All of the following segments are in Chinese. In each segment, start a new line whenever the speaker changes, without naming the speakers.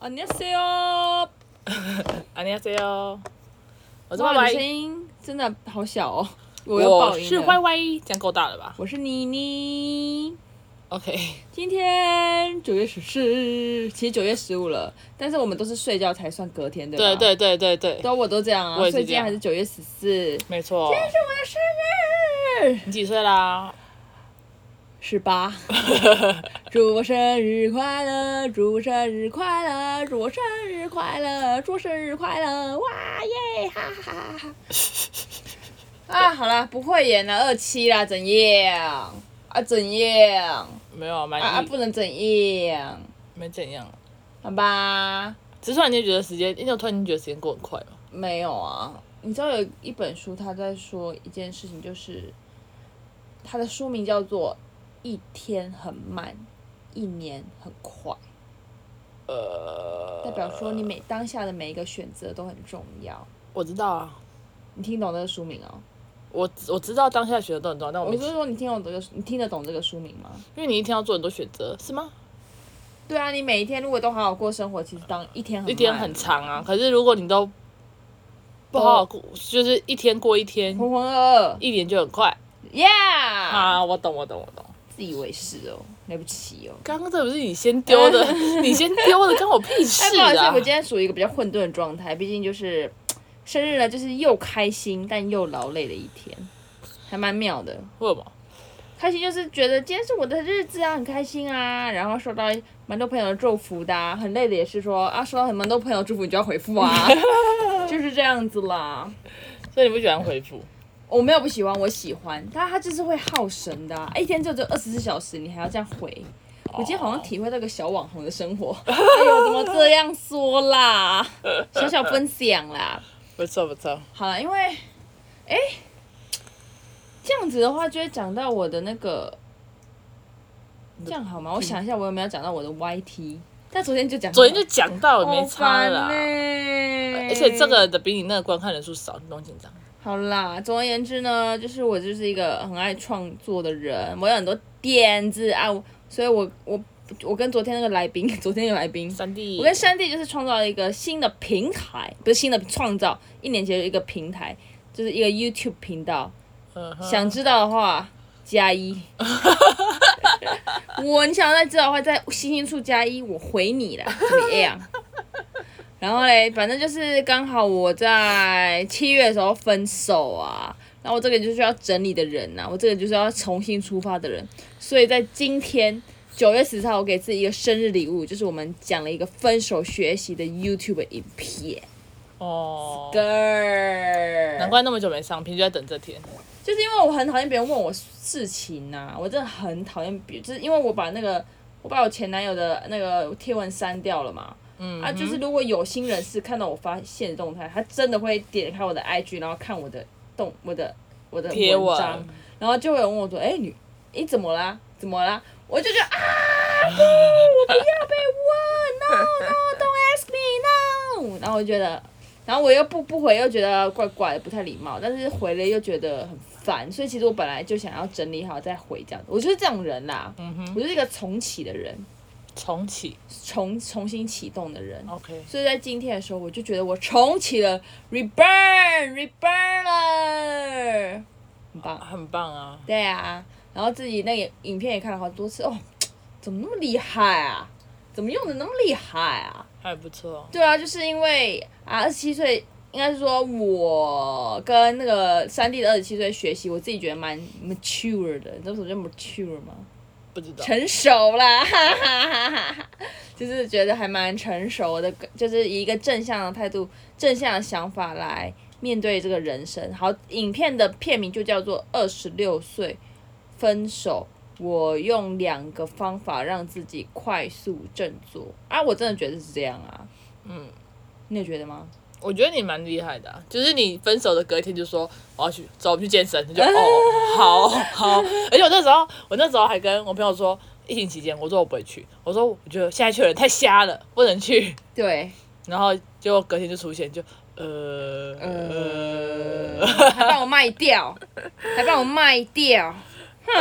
안녕하세요。
안녕하세요，我是
哇，
歪
你的
歪，
声音真的好小哦，我又爆
我
音
是
了
歪歪，这样够大了吧
我是妮妮。
？OK，
今天九月十四，其实九月十五了，但是我们都是睡觉才算隔天，对
对
吧？对，
对对对对，
都我都这样啊，
我也
所以
是这
今天
样
还是九月十四，
没错。今天是我的生日，你几岁啦？
十八。 祝我生日快乐，祝我生日快乐，祝我生日快乐，祝我生日快乐！哇耶，哈哈哈哈！啊，好啦，不会演了，二七啦，怎样？啊，怎样？
没有，
啊啊，
蛮
不能怎样？
没怎样。
好吧，
只是突然间觉得时间，因为我突然间觉得时间过很快嘛。
没有啊。你知道有一本书，他在说一件事情，就是它的书名叫做《一天很慢，一年很快》。
呃，
代表说你每当下的每一个选择都很重要。
我知道啊，
你听懂这个书名哦？
我我知道当下学的都很重要，但我
我
没，
是说你听懂这个，你听得懂这个书名吗？
因为你一天要做很多选择，是吗？
对啊，你每一天如果都好好过生活，其实当一天很
一天
慢
很长啊，可是如果你都不好好过，就是一天过一天，
浑浑噩噩
一年就很快
，Yeah，
啊。我懂，我懂，我懂。
自以为是哦，了不起哦。
刚刚这不是你先 丢的，你先丢的，关我屁事
哎，不好意思，
啊！
我今天属于一个比较混沌的状态，毕竟就是生日呢，就是又开心但又劳累的一天，还蛮妙的。
为什么？
开心就是觉得今天是我的日子啊，很开心啊，然后收到蛮多朋友的祝福的、啊，很累的也是说啊，收到很蛮多朋友祝福你就要回复啊，就是这样子啦。
所以你不喜欢回复？
我没有不喜欢，我喜欢，但他就是会耗神的、啊，一天就只有二十四小时，你还要这样回。我今天好像体会到一个小网红的生活，哎呦，怎么这样说啦？小小分享啦，
不错不错，
好了，因为，哎、这样子的话就会讲到我的那个，这样好吗？我想一下，我有没有讲到我的 YT？但昨天就讲到，
嗯昨天就讲到也没差了
好
啦、
烦欸
而且这个的比你那个观看人数少，你不用紧张。
好啦，总而言之呢，就是我就是一个很爱创作的人，我有很多点子啊，我所以我我我跟昨天那个来宾， 昨天有来宾，
三弟，
我跟山地就是创造了一个新的平台，不是新的创造，一年前有一个平台，就是一个 YouTube 频道。
嗯哼
想知道的话加一，我你想再知道的话，在星星处加一，我回你了，怎么样？ 然后嘞，反正就是刚好我在七月的时候分手啊，然后我这个就是要整理的人呐、我这个就是要重新出发的人，所以在今天九月十号，我给自己一个生日礼物，就是我们讲了一个分手学习的 YouTube 影片。
哦，
哥儿，
难怪那么久没上片，就在等这天。
就是因为我很讨厌别人问我事情呐、我真的很讨厌别，就是因为我把那个我把我前男友的那个贴文删掉了嘛。嗯啊，就是如果有心人士看到我发现的动态，他真的会点开我的 IG，然后看我的动我的我的
贴
文
文
章，然后就会有人问我说：“哎、你你怎么啦？怎么啦？”我就觉得啊， 不，我不要被问，no no，don't ask me no。然后我就觉得，然后我又不不回，又觉得怪怪的，不太礼貌，但是回了又觉得很烦，所以其实我本来就想要整理好再回这样子，我就是这种人啦，
嗯
我就是一个重启的人，
重启
重重新启动的人。
，OK，
所以在今天的时候，我就觉得我重启了，reburn，reburn 了，很棒。
很棒啊！
对啊，然后自己那个影片也看了好多次哦，怎么那么厉害啊？怎么用的那么厉害啊？
还不错，
对啊，就是因为啊，二十七岁应该是说我跟那个三弟的二十七岁学习，我自己觉得蛮 mature 的，你知道什么叫 mature 吗？
不知道
成熟啦， 哈哈哈哈就是觉得还蛮成熟的，就是以一个正向的态度、正向的想法来面对这个人生。好，影片的片名就叫做《二十六岁分手》，我用两个方法让自己快速振作啊！我真的觉得是这样啊，
嗯，
你有觉得吗？
我觉得你蛮厉害的啊、就是你分手的隔一天就说我要去走，我们去健身，你就哦好好，而且我那时候我那时候还跟我朋友说，疫情期间我说我不会去，我说我觉得现在去的人太瞎了，不能去，
对，
然后结果隔天就出现就呃
呃
呃，
还把我卖掉，还把我卖掉，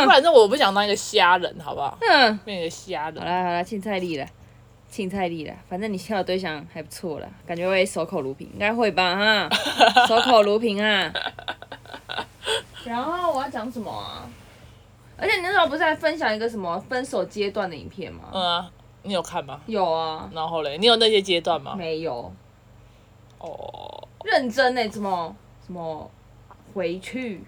反正我不想当一个瞎人，好不好？
嗯。
变一个瞎人
好，啦好啦，青菜力了，青菜力啦，反正你挑的对象还不错啦，感觉会守口如瓶，应该会吧 哈，守口如瓶啊。然后我要讲什么啊？而且你那时候不是还分享一个什么分手阶段的影片吗？
嗯啊，你有看吗？
有啊，
然后嘞，你有那些阶段吗？
没有，
啊哦，
认真呢、欸，怎么什么回去，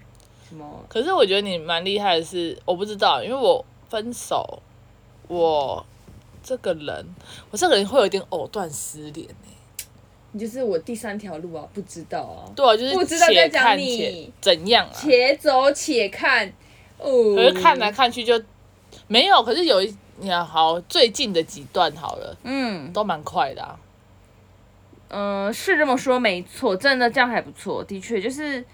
什么
可是我觉得你蛮厉害的是，我不知道，因为我分手，我这个人，我这个人会有一点藕断丝连、欸、
你就是我第三条路啊，不知道啊，
对啊，就是
不知道在
且
讲
看
你
且怎样啊？
且走且看。哦，
可是看来，看去就没有，可是有一你看好最近的几段好了，
嗯
都蛮快的啊。
嗯、呃是这么说没错，真的这样还不错，的确就是，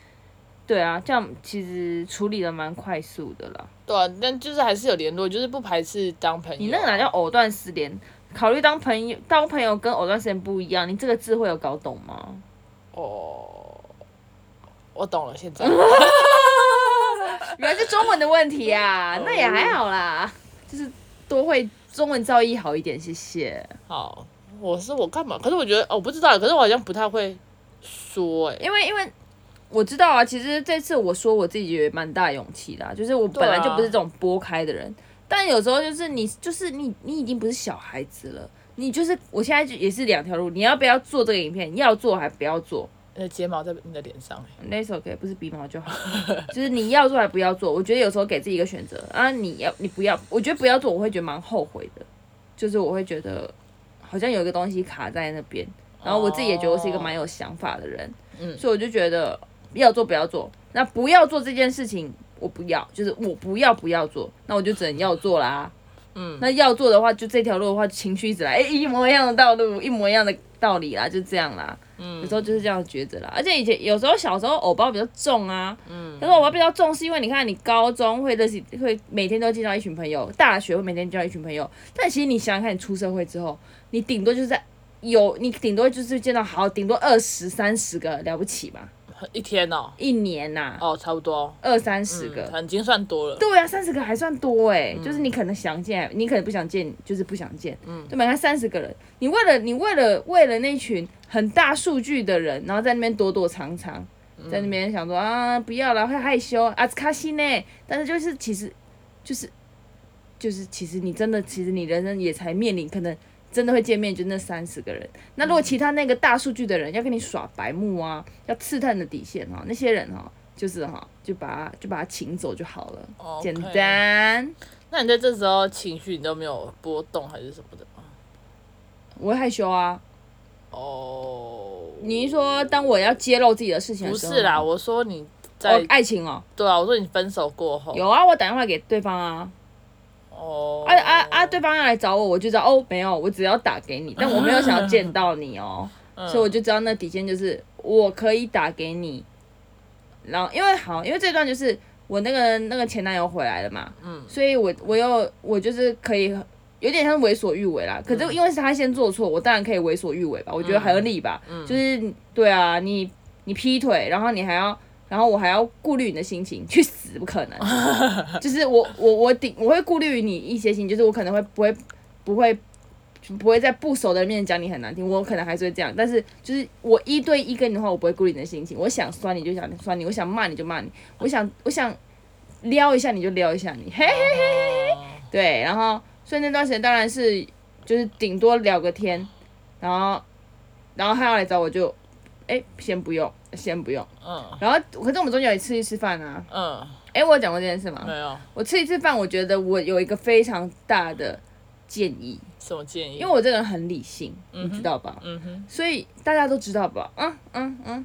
对啊，这样其实处理的蛮快速的啦。
对啊，但就是还是有联络，就是不排斥当朋友。
你那个哪叫藕断丝连？考虑当朋友，当朋友跟藕断丝连不一样，你这个字会有搞懂吗？
哦，我懂 了，现在
原来是中文的问题啊，那也还好啦，就是多会中文造诣好一点，谢谢。
好，我是我干嘛？可是我觉得哦，我不知道，可是我好像不太会说哎、
因为因为我知道啊，其实这次我说我自己也蛮大勇气的啊、就是我本来就不是这种拨开的人，但有时候就是你就是你你已经不是小孩子了，你就是我现在就也是两条路，你要不要做这个影片？要做还不要做
你的睫毛在你的脸上、欸，
那首歌不是鼻毛就好， 就是你要做还不要做。我觉得有时候给自己一个选择啊，你要你不要，我觉得不要做我会觉得蛮后悔的，就是我会觉得好像有一个东西卡在那边，然后我自己也觉得我是一个蛮有想法的人，
嗯
所以我就觉得要做不要做，那不要做这件事情我不要，就是我不要不要做，那我就只能要做啦。
嗯，
那要做的话，就这条路的话，情绪一直来，哎、一模一样的道路，一模一样的道理啦，就这样啦。有
嗯
时候就是这样抉择啦。而且以前有时候小时候偶包比较重啊，嗯，可是偶包比较重是因为你看你高中会认识，会每天都见到一群朋友，大学会每天见到一群朋友，但其实你想想看，你出社会之后，你顶多就是在有你顶多就是见到好顶多二十三十个了不起嘛，
一天哦，
一年呐、
哦，差不多
二三十个。
嗯，已经算多了。
对啊，三十个还算多哎、就是你可能想见，你可能不想见，就是不想见。嗯，对吧？看三十个人，你为了你为了为了那群很大数据的人，然后在那边躲躲藏藏，在那边想说、啊不要了，会害羞啊，卡西呢？但是就是其实就是就是其实你真的其实你人生也才面临可能。真的会见面就那三十个人，那如果其他那个大数据的人要跟你耍白目啊，要刺探你的底线啊哈，那些人哈，就是哈，就把他就把他请走就好了。
哦
简。单。
那你在这时候情绪你都没有波动还是什么的吗？
我会害羞啊！
哦，
你一说当我要揭露自己的事情
不
的时候，
是啦，我说你在、
哦，爱情哦，
对啊，我说你分手过后
有啊，我打电话给对方啊，
哦，
啊啊啊，对方要来找我，我就知道哦，没有，我只要打给你，但我没有想要见到你哦，
嗯
所以我就知道那底线就是我可以打给你，然后因为好，因为这段就是我那个那个前男友回来了嘛，
嗯
所以我我又我就是可以有点像为所欲为啦。可是因为是他先做错，我当然可以为所欲为吧，我觉得合理吧。就是对啊，你你劈腿，然后你还要，然后我还要顾虑你的心情，去死不可能。就是我我我顶我会顾虑你一些心，就是我可能会不会不会。不会在不熟的人面前讲你很难听，我可能还是会这样，但是就是我一对一跟你的话，我不会顾虑你的心情，我想酸你就想酸你，我想骂你就骂你，我想我想撩一下你就撩一下你，嘿嘿嘿对，然后所以那段时间当然是就是顶多聊个天，然后然后他要来找我就，哎、先不用，先不用。
嗯
然后可是我们中间有一次去吃饭啊，
嗯，
哎、我有讲过这件事吗
没？有
我吃一次饭，我觉得我有一个非常大的建议，
什么建议？
因为我这个人很理性，你知道吧？
嗯哼，
所以大家都知道吧？嗯嗯嗯，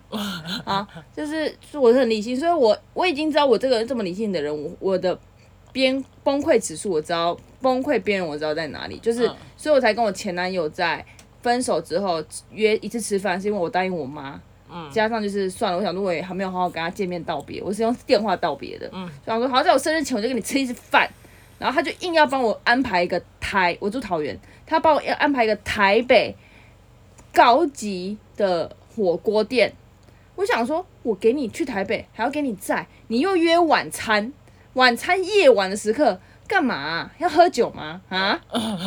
啊，就是是我是很理性，所以我我已经知道我这个人这么理性的人，我我的边崩溃指数我知道，崩溃边缘我知道在哪里，就是、
嗯
所以我才跟我前男友在分手之后约一次吃饭，是因为我答应我妈。
嗯
加上就是算了，我想说我也还没有好好跟他见面道别，我是用电话道别的。嗯，想说好，在我生日前我就跟你吃一次饭，然后他就硬要帮我安排一个台，我住桃园，他帮我要安排一个台北高级的火锅店。我想说，我给你去台北，还要给你在，你又约晚餐，晚餐夜晚的时刻，干嘛啊、要喝酒吗？啊？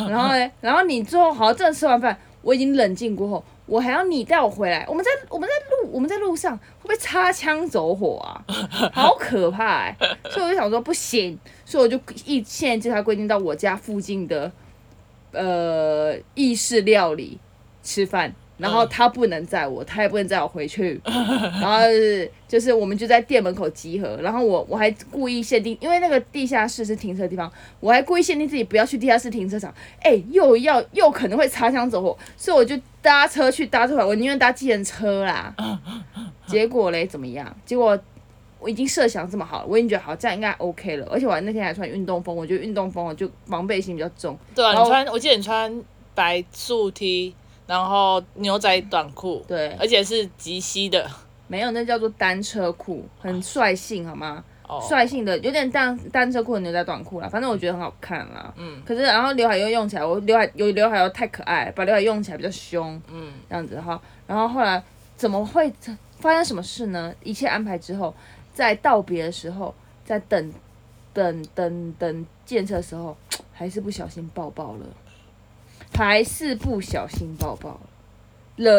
然后呢？然后你最后好，真的吃完饭，我已经冷静过后，我还要你带我回来。我们在我们在路我们在路上会不会擦枪走火啊？好可怕哎、所以我就想说不行，所以我就一现在就他规定到我家附近的呃意式料理吃饭。然后他不能载我，他也不能载我回去，然后就是就是我们就在店门口集合，然后我我还故意限定，因为那个地下室是停车的地方，我还故意限定自己不要去地下室停车场，哎、又要又可能会擦枪走火，所以我就搭车去搭车回来，我宁愿搭计程车啦。结果嘞怎么样？结果我已经设想这么好了，我已经觉得好这样应该 OK 了，而且我那天还穿运动风，我觉得运动风我就防备心比较重，
对啊，
然后
你穿，我记得你穿白素 T，然后牛仔短裤，
对
而且是及膝的，
没有那叫做单车裤，很率性好吗？
哦，
率性的，有点单单车裤的牛仔短裤啦，反正我觉得很好看啦。嗯，可是然后刘海又用起来，我刘海有刘海又太可爱，把刘海用起来比较凶，
嗯，
这样子哈。然后后来怎么会发生什么事呢？一切安排之后，在道别的时候，在等等等等见车的时候，还是不小心抱抱了，还是不小心抱抱了，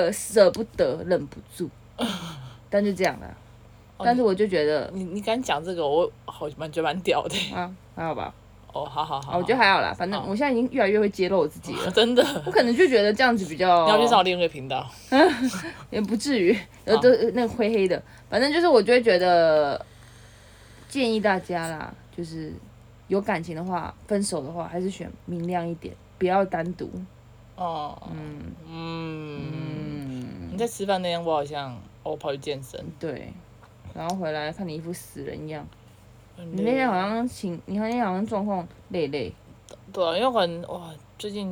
了舍不得，忍不住， 但就这样了。
哦
但是我就觉得。
你你敢讲这个，我好蛮觉得蛮屌的，
啊，还好吧，
哦，好好好，
啊，我觉得还好啦，反正
好。
我现在已经越来越会揭露我自己了
真的，
我
你
可能就觉得这样子比较，
要去上我另一个频道，
也不至于，呃，都那个灰黑的，反正就是我就会觉得，建议大家啦，就是有感情的话，分手的话，还是选明亮一点，不要单独。
哦，
嗯
嗯，
嗯，
你在吃饭那样，我好像哦我跑去健身，
对。然后回来看你一副死人样，你
你
那天好像情，你那天好像状况累累，
对啊，因为我可能哇，最近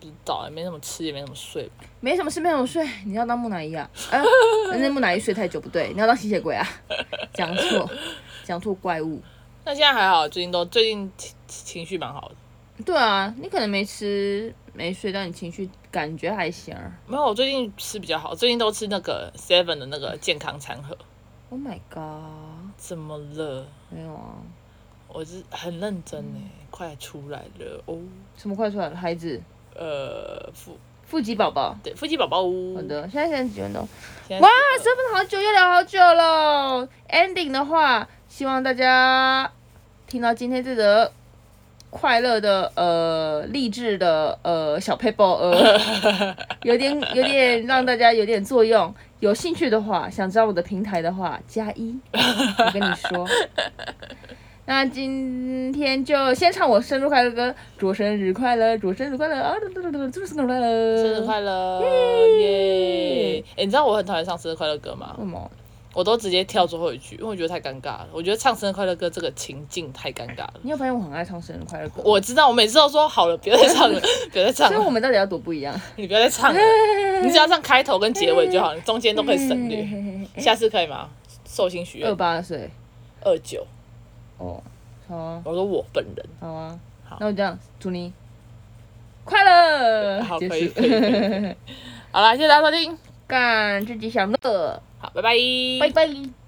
不知道，也没怎么吃，也没怎么睡吧，
没什么事，没什么睡，你要当木乃伊啊？啊， 那木乃伊睡太久不对，你要当吸血鬼啊？ 讲错，讲错怪物。
那现在还好，最近都最近情情绪蛮好的。
对啊，你可能没吃没睡，但你情绪感觉还行啊。
没有，我最近吃比较好，最近都吃那个 Seven 的那个健康餐盒。
Oh my god，
怎么了？
没有啊，
我是很认真哎、快出来了哦。
什么快出来了，孩子，
呃，腹
腹肌宝宝。
对腹肌宝宝屋。
好的，现在现在几分钟？
现在
哇
是
身份好久，又聊好久喽。Ending 的话，希望大家听到今天这则快乐的呃励志的呃小 paper 呃， 有点有点让大家有点作用。有兴趣的话，想知道我的平台的话，加一，我跟你 说。那今天就先唱我生日快乐歌，祝生日快乐，祝生日快乐啊！嘟嘟嘟嘟祝生日快乐！
生日快乐
耶
嗯耶！哎、你知道我很讨厌唱生日快乐歌吗
为？什么？
我都直接跳最后一句，因为我觉得太尴尬了。我觉得唱生日快乐歌这个情境太尴尬了。
你有发现我很爱唱生日快乐歌吗？
我知道，我每次都说好了，不要再唱了，不要再唱
所以我
了，
们到底要多不一样？
你不要再唱了，你只要唱开头跟结尾就好，你中间都可以省
嗯
略。下次可以吗？寿星许
二
愿
八岁
二九，
哦，好啊，
我说我本人，
好啊，
好
那我这样祝你快乐，
好
结
可以
束
可以可以好啦，谢谢大家收听，
干自己想乐，
好，拜拜，
拜拜。